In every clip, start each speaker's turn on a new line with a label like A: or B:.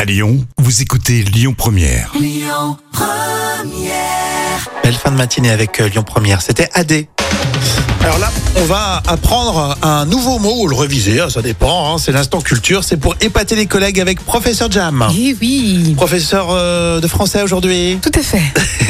A: À Lyon, vous écoutez Lyon Première.
B: Belle fin de matinée avec euh, Lyon Première. C'était AD. Alors là, on va apprendre un nouveau mot ou le réviser, hein, ça dépend. hein, c'est l'instant culture. C'est pour épater les collègues avec Professeur Jam.
C: Eh oui,
B: Professeur euh, de français aujourd'hui.
C: tout à fait,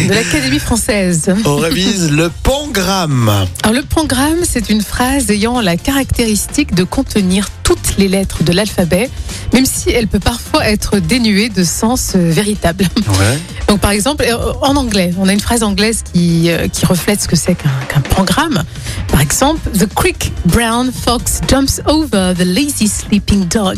C: de l'Académie française.
B: On révise le pangramme.
C: Alors le pangramme, c'est une phrase ayant la caractéristique de contenir toutes les lettres de l'alphabet, même si elle peut parfois être dénuée de sens euh, véritable.
B: Ouais.
C: Donc par exemple, euh, en anglais, on a une phrase anglaise qui, euh, qui reflète ce que c'est qu'un qu'un pangramme. Par exemple, The quick brown fox jumps over the lazy sleeping dog.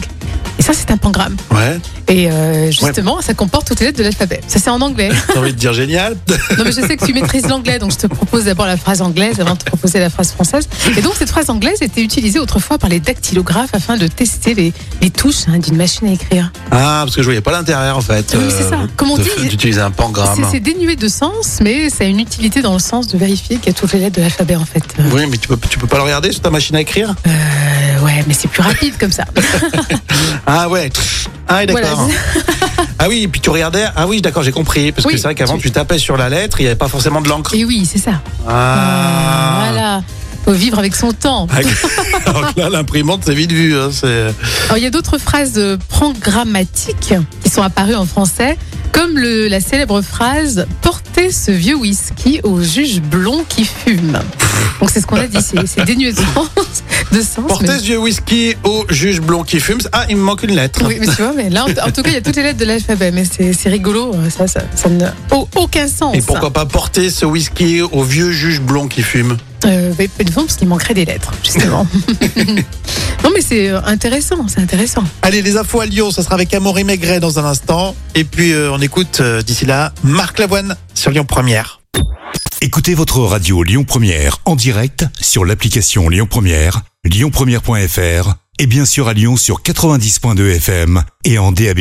C: Et ça, c'est un pangramme.
B: Ouais.
C: Et euh, justement, ça comporte toutes les lettres de l'alphabet. Ça, c'est en anglais.
B: J'ai envie de dire génial.
C: Non, mais je sais que tu maîtrises l'anglais, donc je te propose d'abord la phrase anglaise avant de te proposer la phrase française. Et donc, cette phrase anglaise était utilisée autrefois par les dactylographes afin de tester les, les touches hein, d'une machine à écrire.
B: Ah, parce que je voyais pas l'intérêt en fait. euh,
C: Oui, c'est ça. Comme on
B: de-
C: dit-
B: D'utiliser un
C: C'est-
B: pangramme.
C: C'est dénué de sens, mais ça a une utilité dans le sens de vérifier qu'il y a toutes les lettres de l'alphabet, en fait. Euh,
B: Oui, mais tu peux, tu peux pas le regarder sur ta machine à écrire
C: ouais, mais c'est plus rapide comme ça.
B: Ah ouais. Ah, d'accord.
C: Voilà.
B: Ah oui, et puis tu regardais. Ah oui, d'accord, j'ai compris. Parce que
C: Oui,
B: c'est vrai qu'avant,
C: tu-
B: tu tapais sur la lettre, il n'y avait pas forcément de l'encre.
C: Et oui, c'est ça.
B: Ah.
C: Voilà. Faut vivre avec son temps.
B: Alors que là, l'imprimante, c'est vite vu. hein, c'est-
C: Alors, il y a d'autres phrases euh, programmatiques qui sont apparues en français, comme le- la célèbre phrase Portez ce vieux whisky au juge blond qui fume. Donc, c'est ce qu'on a dit, c'est c'est dénué de sens. De sens
B: Portez
C: mais-
B: ce vieux whisky au juge blond qui fume. Ah, il me manque une lettre.
C: Oui, mais tu vois, mais là, en, en tout cas, il y a toutes les lettres de l'alphabet, mais c'est c'est rigolo, euh, ça, ça, ça n'a au- aucun sens.
B: Et pourquoi pas porter ce whisky au vieux juge blond qui fume
C: Euh, mais pas de fond, parce qu'il manquerait des lettres, justement. non, mais c'est euh, intéressant, c'est intéressant.
B: Allez, les infos à Lyon, ça sera avec Amaury Maigret dans un instant. Et puis, euh, on écoute euh, d'ici là Marc Lavoine sur Lyon Première.
A: Écoutez votre radio Lyon Première en direct sur l'application Lyon Première, lyonpremière.fr et bien sûr à Lyon sur 90.2 FM et en DAB+.